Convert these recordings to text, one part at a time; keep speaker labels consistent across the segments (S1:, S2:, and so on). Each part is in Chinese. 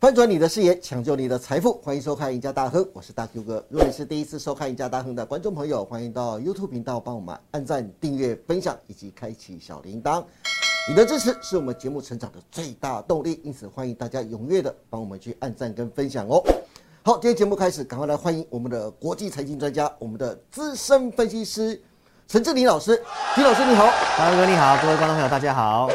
S1: 翻转你的视野，抢救你的财富，欢迎收看《赢家大亨》，我是大 Q 哥。如果你是第一次收看《赢家大亨》的观众朋友，欢迎到 YouTube 频道帮我们按赞、订阅、分享以及开启小铃铛。你的支持是我们节目成长的最大动力，因此欢迎大家踊跃的帮我们去按赞跟分享哦。好，今天节目开始，赶快来欢迎我们的国际财经专家，我们的资深分析师陈志林老师。李老师你好。
S2: 大哥你好，各位观众朋友大家好。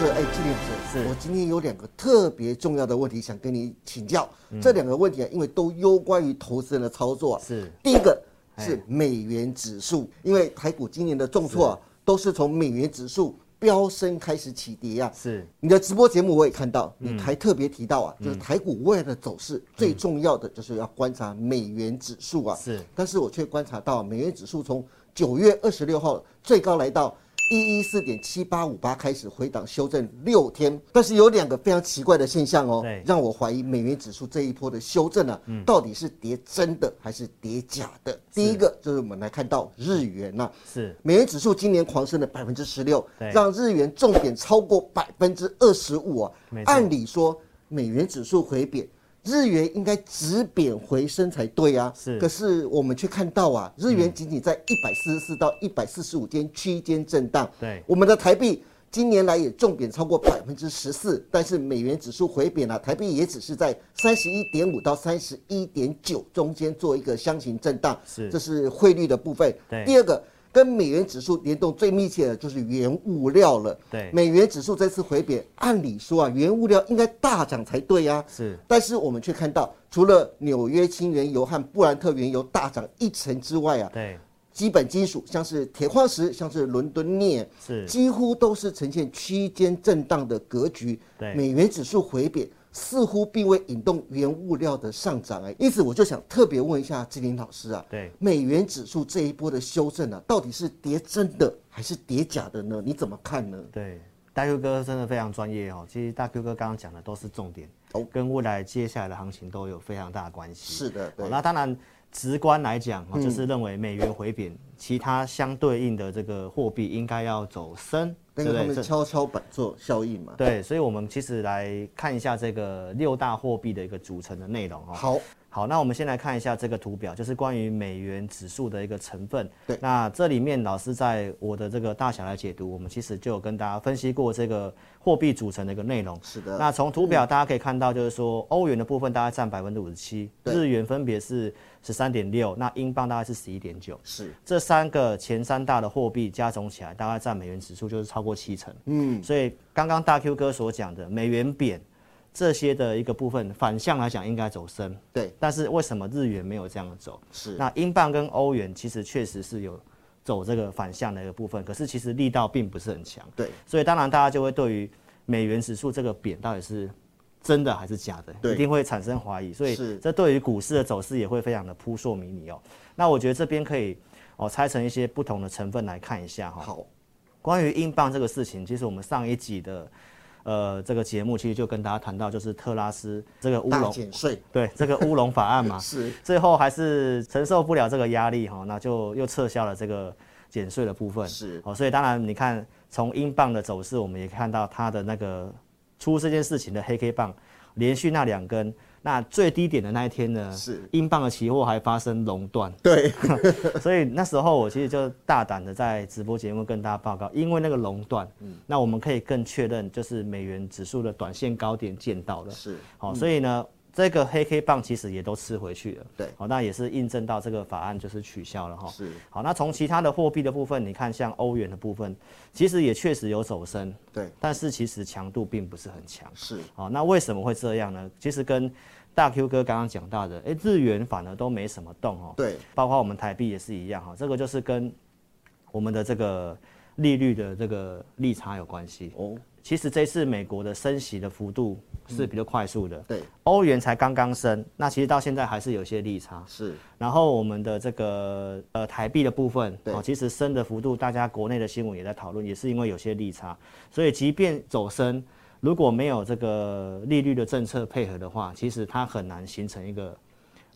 S1: 是，哎，纪律老师，
S2: 是
S1: 我今天有两个特别重要的问题想跟你请教。
S2: 嗯
S1: 这两个问题啊，因为都攸关于投资人的操作啊。
S2: 是
S1: 第一个是
S2: 哎
S1: 美元指数，因为台股今年的重挫啊，都是从美元指数飙升开始起跌啊。
S2: 是
S1: 你的直播节目我也看到，
S2: 嗯
S1: 你还特别提到啊，就是台股未来的走势最重要的就是要观察美元指数啊。
S2: 是
S1: 但是我却观察到美元指数从九月二十六号最高来到一一四点七八五八开始回档修正六天，但是有两个非常奇怪的现象哦
S2: 对，嗯
S1: 让我怀疑美元指数这一波的修正啊，到底是跌真的还是跌假的？第一个就是我们来看到日元啊呐、
S2: 是
S1: 美元指数今年狂升了百分之十六
S2: 对，
S1: 让日元重点超过百分之二十五啊
S2: 没。错
S1: 按理说，美元指数回贬，日元应该止贬回升才对啊。
S2: 是嗯
S1: 可是我们却看到啊，日元仅仅在一百四十四到一百四十五间区间震荡。
S2: 对
S1: 我们的台币今年来也重贬超过百分之十四，但是美元指数回贬啊，台币也只是在三十一点五到三十一点九中间做一个箱型震荡。
S2: 是
S1: 这是汇率的部分。
S2: 对
S1: 第二个。跟美元指数联动最密切的就是原物料了。
S2: 对
S1: 美元指数这次回贬，按理说啊，原物料应该大涨才对呀、
S2: 是
S1: 但是我们却看到，除了纽约轻原油和布兰特原油大涨一成之外啊，
S2: 对
S1: 基本金属像是铁矿石、像是伦敦镍，
S2: 是
S1: 几乎都是呈现区间震荡的格局。
S2: 对
S1: 美元指数回贬，似乎并未引动原物料的上涨哎。因此，我就想特别问一下志林老师啊，
S2: 对
S1: 美元指数这一波的修正啊，到底是跌真的还是跌假的呢？你怎么看呢？
S2: 对，大 Q 哥真的非常专业哦。其实大 Q 哥刚刚讲的都是重点，
S1: 哦
S2: 跟未来接下来的行情都有非常大的关系。
S1: 是的对
S2: 哦那当然，直观来讲哦，就是认为美元回贬，其他相对应的这个货币应该要走升，
S1: 那个
S2: 对不
S1: 他
S2: 对？
S1: 们
S2: 这
S1: 跷跷板做效应嘛。
S2: 对，所以我们其实来看一下这个六大货币的一个组成的内容哦。
S1: 好，
S2: 好，那我们先来看一下这个图表，就是关于美元指数的一个成分。
S1: 对
S2: 那这里面老师在我的这个大小来解读，我们其实就有跟大家分析过这个货币组成的一个内容。
S1: 是的嗯
S2: 那从图表大家可以看到，就是说欧元的部分大概占百分之五十七，
S1: 对
S2: 日元分别是十三点六，那英镑大概是十一点九。
S1: 是
S2: 这三个前三大的货币加总起来，大概占美元指数就是超过七成。嗯，所以刚刚大 Q 哥所讲的美元贬这些的一个部分，反向来讲应该走升。
S1: 对，
S2: 但是为什么日元没有这样走？
S1: 是
S2: 那英镑跟欧元其实确实是有走这个反向的一个部分，可是其实力道并不是很强。
S1: 对，
S2: 所以当然大家就会对于美元指数这个贬到底是真的还是假的，
S1: 对
S2: 一定会产生怀疑。所以
S1: 是
S2: 这对于股市的走势也会非常的扑朔迷离哦。那我觉得这边可以哦拆成一些不同的成分来看一下哈、
S1: 好，
S2: 关于英镑这个事情，其实我们上一集的呃这个节目其实就跟大家谈到，就是特拉斯这个乌
S1: 大
S2: 龙
S1: 减税
S2: 对这个乌龙法案 嘛，
S1: 是
S2: 最后还是承受不了这个压力哈，那就又撤销了这个减税的部分。
S1: 是
S2: 哦，所以当然你看从英镑的走势，我们也看到它的那个出这件事情的黑 K 棒连续那两根，那最低点的那一天呢，
S1: 是
S2: 英镑的期货还发生熔断，
S1: 对，
S2: 所以那时候我其实就大胆的在直播节目跟大家报告，因为那个熔断，
S1: 嗯
S2: 那我们可以更确认就是美元指数的短线高点见到了。
S1: 是
S2: 好、所以呢，这个黑 K 棒其实也都吃回去了。
S1: 对
S2: 好、那也是印证到这个法案就是取消了哈、
S1: 是
S2: 好，那从其他的货币的部分，你看像欧元的部分，其实也确实有走升，
S1: 对，
S2: 但是其实强度并不是很强。
S1: 是
S2: 好、那为什么会这样呢？其实跟大 Q 哥刚刚讲到的，哎、日元反而都没什么动哦。
S1: 对，
S2: 包括我们台币也是一样哈、这个就是跟我们的这个利率的这个利差有关系。
S1: 哦，
S2: 其实这次美国的升息的幅度是比较快速的，
S1: 嗯对，
S2: 欧元才刚刚升，那其实到现在还是有些利差。
S1: 是
S2: 然后我们的这个呃台币的部分，哦
S1: 对
S2: 其实升的幅度，大家国内的新闻也在讨论，也是因为有些利差，所以即便走升，如果没有这个利率的政策配合的话，其实它很难形成一个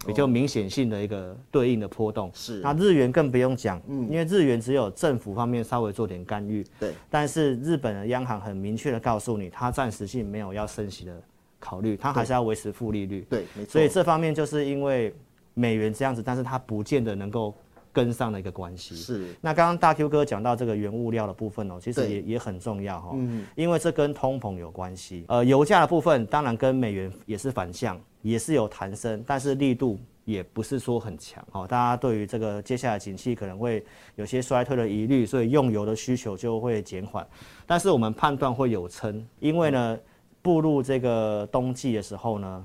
S2: 比较明显性的一个对应的波动。
S1: 哦是嗯
S2: 那日元更不用讲，因为日元只有政府方面稍微做点干预，
S1: 对，
S2: 但是日本的央行很明确的告诉你，它暂时性没有要升息的考虑，它还是要维持负利率。
S1: 对，没错。
S2: 所以这方面就是因为美元这样子，但是它不见得能够跟上的一个关系。
S1: 是
S2: 那刚刚大 Q 哥讲到这个原物料的部分哦，其实
S1: 对嗯
S2: 也也很重要哈、哦，因为这跟通膨有关系。呃，油价的部分当然跟美元也是反向，也是有弹升，但是力度也不是说很强哦。大家对于这个接下来景气可能会有些衰退的疑虑，所以用油的需求就会减缓。但是我们判断会有撑，因为
S1: 嗯
S2: 呢，步入这个冬季的时候呢，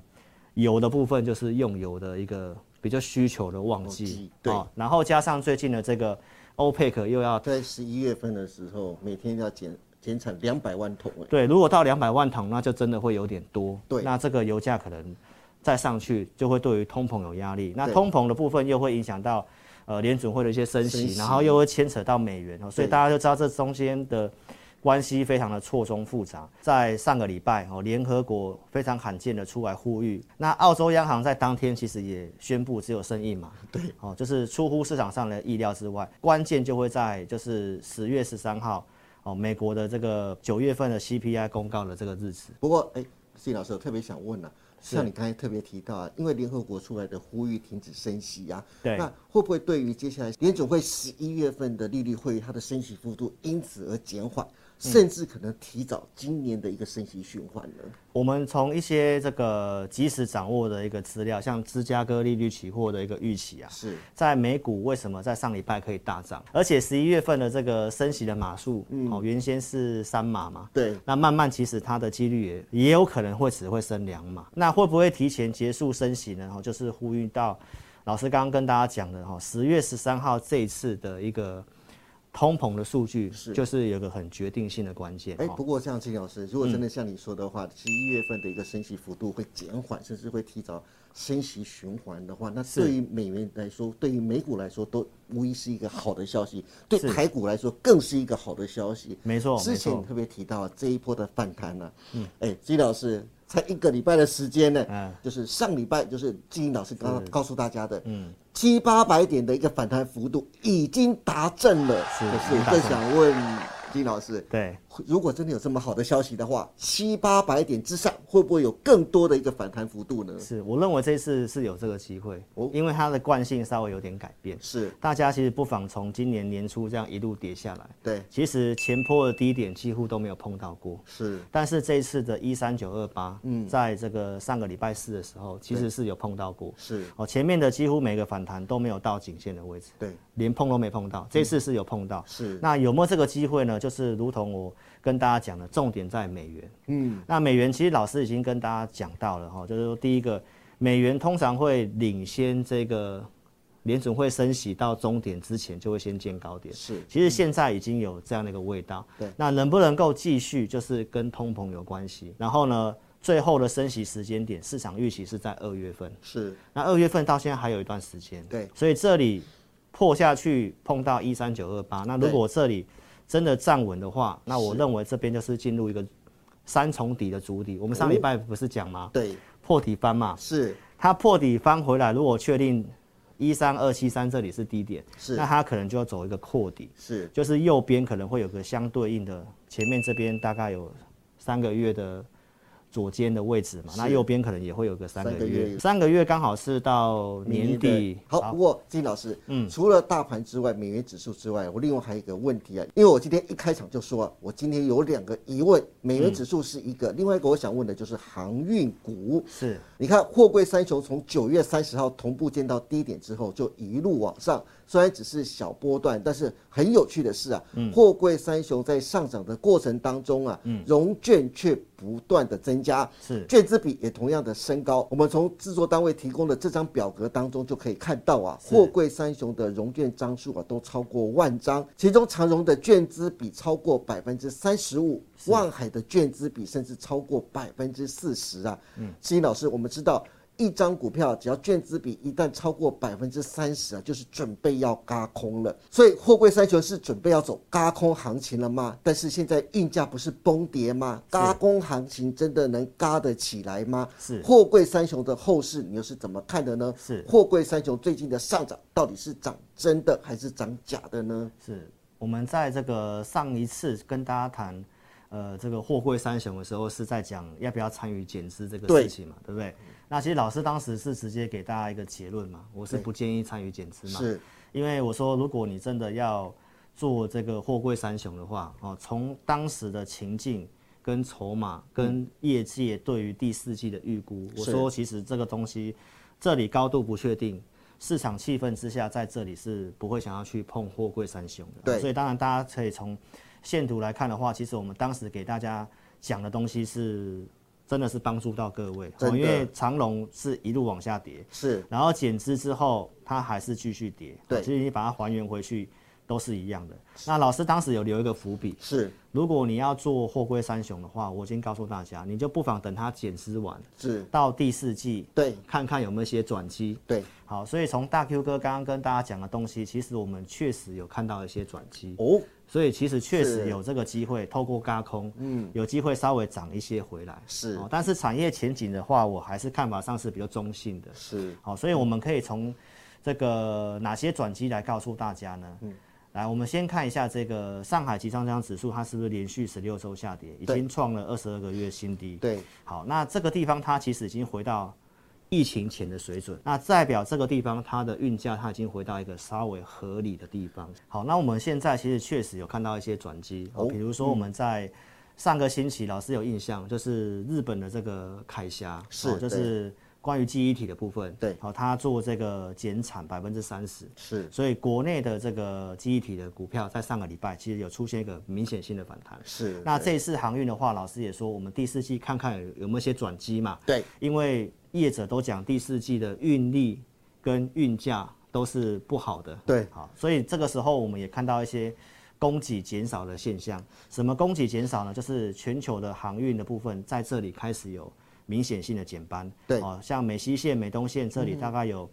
S2: 油的部分就是用油的一个比较需求的旺
S1: 旺
S2: 季
S1: 季，对
S2: 哦然后加上最近的这个 OPEC 又要
S1: 在十一月份的时候，每天要减减产两百万桶，哎，
S2: 对，如果到两百万桶，那就真的会有点多。
S1: 对
S2: 那这个油价可能再上去，就会对于通膨有压力。那
S1: 对
S2: 通膨的部分又会影响到呃联准会的一些升
S1: 升
S2: 息，
S1: 息
S2: 然后又会牵扯到美元，哦所以
S1: 对
S2: 大家就知道这中间的关系非常的错综复杂。在上个礼拜哦，联合国非常罕见的出来呼吁，那澳洲央行在当天其实也宣布只有升一码，对，哦，就是出乎市场上的意料之外。关键就会在就是十月十三号。哦，美国的这个九月份的 CPI 公告的这个日子，
S1: 不过，哎、谢老师，我特别想问啊，像你刚才特别提到啊，因为联合国出来的呼吁停止升息啊，
S2: 对
S1: 那会不会对于接下来联总会十一月份的利率会议，它的升息幅度因此而减
S2: 嗯
S1: 缓，甚至可能提早今年的一个升息循环呢？
S2: 我们从一些这个即时掌握的一个资料，像芝加哥利率期货的一个预期啊，
S1: 是
S2: 在美股为什么在上礼拜可以大涨？而且十一月份的这个升息的码数，
S1: 嗯
S2: 哦，原先是三码嘛，
S1: 对，
S2: 那慢慢其实它的几率也也有可能会只会升两码。那会不会提前结束升息呢？哦，就是呼吁到老师刚刚跟大家讲的哈，十月十三号这一次的一个通膨的数据，
S1: 是
S2: 就是有个很决定性的关键。
S1: 哎、
S2: 哦
S1: 不过像金老师，如果
S2: 嗯
S1: 真的像你说的话，十一、月份的一个升息幅度会减缓，甚至会提早升息循环的话，那
S2: 是
S1: 对于美元来说，对于美股来说，都无疑是一个好的消息；对
S2: 是
S1: 台股来说，更是一个好的消息。
S2: 没错
S1: 之前
S2: 没
S1: 你
S2: 错
S1: 特别提到这一波的反弹呢、嗯，哎、金老师。才一个礼拜的时间呢，
S2: 嗯
S1: 就是上礼拜，就是金英老师刚刚告诉大家的，嗯，七八百点的一个反弹幅度已经达阵了，
S2: 是
S1: 可
S2: 已经达
S1: 更
S2: 阵了
S1: 想问金老师，
S2: 对，
S1: 如果真的有这么好的消息的话，七八百点之上会不会有更多的一个反弹幅度呢？
S2: 是我认为这次是有这个机会，
S1: 哦
S2: 因为它的惯性稍微有点改变。
S1: 是，
S2: 大家其实不妨从今年年初这样一路跌下来，
S1: 对，
S2: 其实前坡的低点几乎都没有碰到过。
S1: 是，
S2: 但是这一次的一三九二八，嗯，在这个上个礼拜四的时候，其实是有碰到过，
S1: 是，
S2: 哦，前面的几乎每个反弹都没有到颈线的位置，
S1: 对，
S2: 连碰都没碰到，这次是有碰到。
S1: 嗯是，
S2: 那有没有这个机会呢？就是如同我跟大家讲的，重点在美元。
S1: 嗯，
S2: 那美元其实老师已经跟大家讲到了哈，就是说第一个，美元通常会领先这个联准会升息到终点之前，就会先见高点。
S1: 是，嗯
S2: 其实现在已经有这样的一个味道。
S1: 对
S2: 那能不能够继续，就是跟通膨有关系。然后呢，最后的升息时间点，市场预期是在二月份。
S1: 是，
S2: 那二月份到现在还有一段时间，
S1: 对，
S2: 所以这里破下去碰到一三九二八，那如
S1: 对
S2: 果这里真的站稳的话，那我认为这边就是进入一个三重底的主底。我们上
S1: 哦
S2: 礼拜不是讲吗？
S1: 对，
S2: 破底翻嘛，
S1: 是，
S2: 它破底翻回来，如果确定一三二七三这里是低点，
S1: 是
S2: 那它可能就要走一个扩底，
S1: 是，
S2: 就是右边可能会有个相对应的，前面这边大概有三个月的左肩的位置嘛，那
S1: 是
S2: 右边可能也会有个三个
S1: 三个
S2: 月，
S1: 月
S2: 三个月刚好是到年底
S1: 的。好，不过金老师，嗯，除了大盘之外，美元指数之外，我另外还有一个问题啊，因为我今天一开场就说啊，我今天有两个疑问，美元指数是一个，另外一个我想问的就是航运股，
S2: 是
S1: 你看，货柜三雄从九月三十号同步见到低点之后，就一路往上。虽然只是小波段，但是很有趣的是啊，货柜三雄在上涨的过程当中啊，融券却不断的增加，
S2: 是
S1: 券资比也同样的升高。我们从制作单位提供的这张表格当中就可以看到啊，货柜三雄的融券张数啊都超过万张，其中长荣的券资比超过百分之三十五，万海的券资比甚至超过百分之四十啊。嗯，施英老师，我们知道。一张股票只要券资比一旦超过百分之三十啊，就是准备要嘎空了。所以货柜三雄是准备要走嘎空行情了吗？但是现在运价不是崩跌吗？嘎空行情真的能嘎得起来吗？
S2: 是
S1: 货柜三雄的后市你又是怎么看的呢？
S2: 是
S1: 货柜三雄最近的上涨到底是涨真的还是涨假的呢？
S2: 是我们在这个上一次跟大家谈，呃，这个货柜三雄的时候是在讲要不要参与减资这个
S1: 对
S2: 事情嘛，对不对？那其实老师当时是直接给大家一个结论嘛，我是
S1: 对
S2: 不建议参与减资嘛，
S1: 是
S2: 因为我说如果你真的要做这个货柜三雄的话，哦，从当时的情境。跟筹码、跟业界对于第四季的预估，我
S1: 嗯是
S2: 说其实这个东西，这里高度不确定，市场气氛之下，在这里是不会想要去碰货柜三雄的。
S1: 对
S2: 所以当然大家可以从线图来看的话，其实我们当时给大家讲的东西是真的是帮助到各位，哦
S1: 真的
S2: 因为长龙是一路往下跌，
S1: 是
S2: 然后减资之后它还是继续跌。
S1: 对
S2: 其实你把它还原回去都是一样的。那老师当时有留一个伏笔，
S1: 是
S2: 如果你要做货柜三雄的话，我已经告诉大家，你就不妨等它减资完
S1: 是，
S2: 到第四季，
S1: 对
S2: 看看有没有一些转机。
S1: 对
S2: 好，所以从大 Q 哥刚刚跟大家讲的东西，其实我们确实有看到一些转机，
S1: 哦，
S2: 所以其实确实
S1: 是
S2: 有这个机会，透过轧空，嗯，有机会稍微涨一些回来。
S1: 是
S2: 哦，但是产业前景的话，我还是看法上是比较中性的。
S1: 是
S2: 好，所以我们可以从这个哪些转机来告诉大家呢？嗯，来，我们先看一下这个上海集装箱指数，它是不是连续十六周下跌，已
S1: 对
S2: 经创了二十二个月新低？
S1: 对
S2: 好，那这个地方它其实已经回到疫情前的水准，那代表这个地方它的运价它已经回到一个稍微合理的地方。好，那我们现在其实确实有看到一些转机，哦，
S1: 哦
S2: 比如说我们在上个星期老师有印象，就是日本的这个凯霞，
S1: 是
S2: 哦就
S1: 对
S2: 是关于记忆体的部分，
S1: 对
S2: 好、它做这个减产百分之三十。
S1: 是
S2: 所以国内的这个记忆体的股票，在上个礼拜其实有出现一个明显性的反弹。
S1: 是，
S2: 那这一次航运的话，老师也说，我们第四季看看有有没有一些转机嘛？
S1: 对
S2: 因为业者都讲第四季的运力跟运价都是不好的。
S1: 对
S2: 好，所以这个时候我们也看到一些供给减少的现象。什么供给减少呢？就是全球的航运的部分在这里开始有明显性的减班。
S1: 对嗯
S2: 哦，像美西线、美东线这里大概有。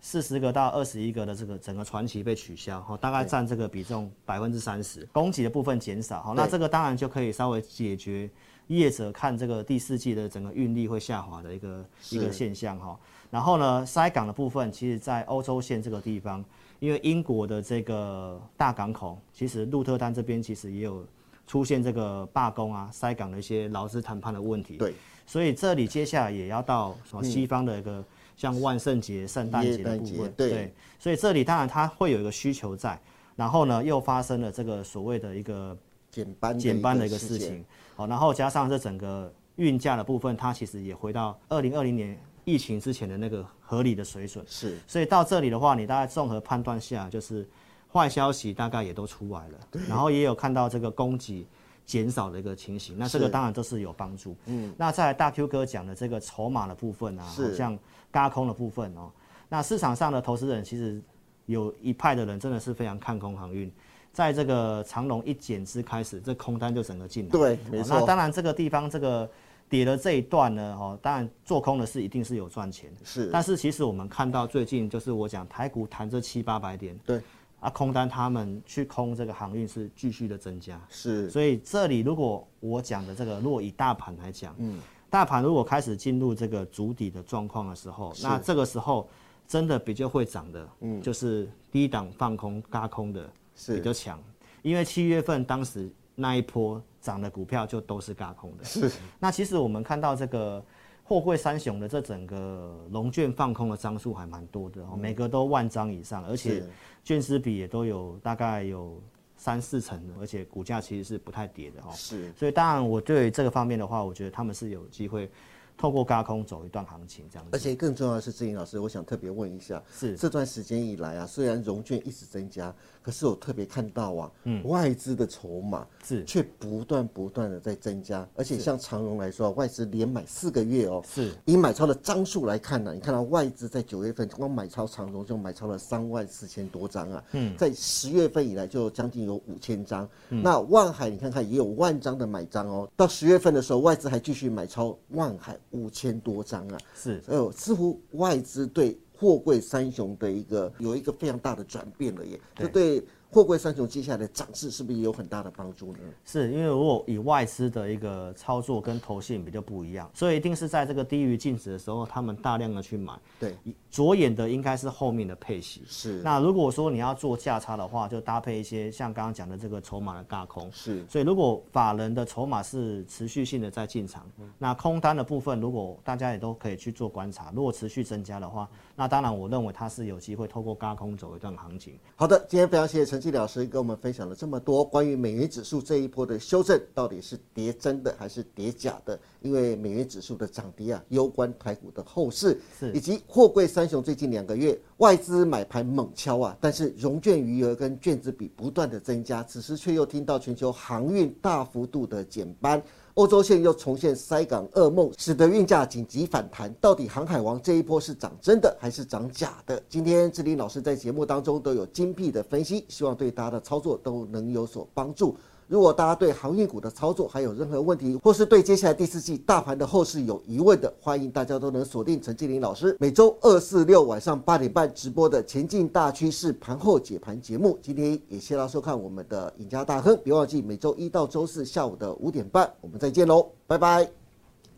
S2: 四十个到二十一个的这个整个传奇被取消，哈、大概占这个比重百分之三十，供给的部分减少，哈、那
S1: 对
S2: 这个当然就可以稍微解决业者看这个第四季的整个运力会下滑的一个一个
S1: 是
S2: 现象哈、然后呢，塞港的部分，其实在欧洲线这个地方，因为英国的这个大港口，其实鹿特丹这边其实也有出现这个罢工啊、塞港的一些劳资谈判的问题。
S1: 对，
S2: 所以这里接下来也要到什么西方的一个像万圣节、圣诞节的部
S1: 耶诞节，
S2: 分
S1: 对
S2: 所以这里当然它会有一个需求在，然后呢又发生了这个所谓的一个
S1: 减班
S2: 减班的一个
S1: 事
S2: 事
S1: 件
S2: 情。好，然后加上这整个运价的部分，它其实也回到二零二零年疫情之前的那个合理的水准。
S1: 是
S2: 所以到这里的话，你大概综合判断下，就是坏消息大概也都出来了，然后也有看到这个供给减少的一个情形，那这个
S1: 是
S2: 当然都是有帮助。嗯，那在大 Q 哥讲的这个筹码的部分啊，
S1: 是
S2: 好像轧空的部分哦，那市场上的投资人其实有一派的人真的是非常看空航运。在这个长龙一减资开始，这空单就整个进来。
S1: 对
S2: 哦
S1: 没
S2: 那
S1: 错
S2: 当然，这个地方这个跌的这一段呢，哦，当然做空的是一定是有赚钱，
S1: 是
S2: 但是其实我们看到最近就是我讲台股弹这七八百点，
S1: 对
S2: 啊，空单他们去空这个航运是继续的增加，
S1: 是
S2: 所以这里如果我讲的这个，如果以大盘来讲，嗯，大盘如果开始进入这个主底的状况的时候，那这个时候真的比较会涨的，嗯，就是低档放空、嘎空的比
S1: 是
S2: 较强，因为七月份当时那一波涨的股票就都是嘎空的，
S1: 是
S2: 那其实我们看到这个货柜三雄的这整个龙卷放空的张数还蛮多的、哦，每个都万张以上，而且
S1: 嗯是
S2: 卷资比也都有大概有三四成的，而且股价其实是不太跌的哦。
S1: 是
S2: 所以当然我对这个方面的话，我觉得他们是有机会透过轧空走一段行情这样
S1: 而
S2: 子。
S1: 且更重要的是，志颖老师，我想特别问一下，
S2: 是
S1: 这段时间以来啊，虽然融券一直增加，可是我特别看到啊，外资的筹码
S2: 嗯是
S1: 却不断不断的在增加，而且像长荣来说啊，外资连买四个月哦，
S2: 是
S1: 以买超的张数来看呢、你看到外资在九月份光买超长荣就买超了三万四千多张啊，嗯，在十月份以来就将近有五千张，那万海你看看也有万张的买张哦，到十月份的时候外资还继续买超万海五千多张啊，
S2: 是
S1: 呃，似乎外资对货柜三雄的一个有一个非常大的转变了耶，这对货柜三雄接下来的涨势是不是也有很大的帮助呢？
S2: 是因为如果以外资的一个操作跟投信比较不一样，所以一定是在这个低于净值的时候，他们大量的去买。
S1: 对，
S2: 着眼的应该是后面的配息。
S1: 是
S2: 那如果说你要做价差的话，就搭配一些像刚刚讲的这个筹码的轧空。
S1: 是
S2: 所以如果法人的筹码是持续性的在进场，那空单的部分，如果大家也都可以去做观察，如果持续增加的话，那当然我认为它是有机会透过轧空走一段行情。
S1: 好的，今天非常谢谢陈继老师跟我们分享了这么多关于美元指数这一波的修正，到底是跌真的还是跌假的？因为美元指数的涨跌啊，攸关台股的后市，
S2: 是
S1: 以及货柜三雄最近两个月外资买盘猛敲啊，但是融券余额跟券资比不断的增加，此时却又听到全球航运大幅度的减班。欧洲线又重现塞港噩梦，使得运价紧急反弹。到底航海王这一波是涨真的还是涨假的？今天志林老师在节目当中都有精辟的分析，希望对大家的操作都能有所帮助。如果大家对航运股的操作还有任何问题，或是对接下来第四季大盘的后市有疑问的，欢迎大家都能锁定陈志林老师每周二、四、六晚上八点半直播的《前进大趋势盘后解盘》节目。今天也谢谢大家收看我们的赢家大亨，别忘记每周一到周四下午的五点半，我们再见喽，拜拜。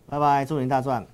S2: 拜拜，祝您大赚！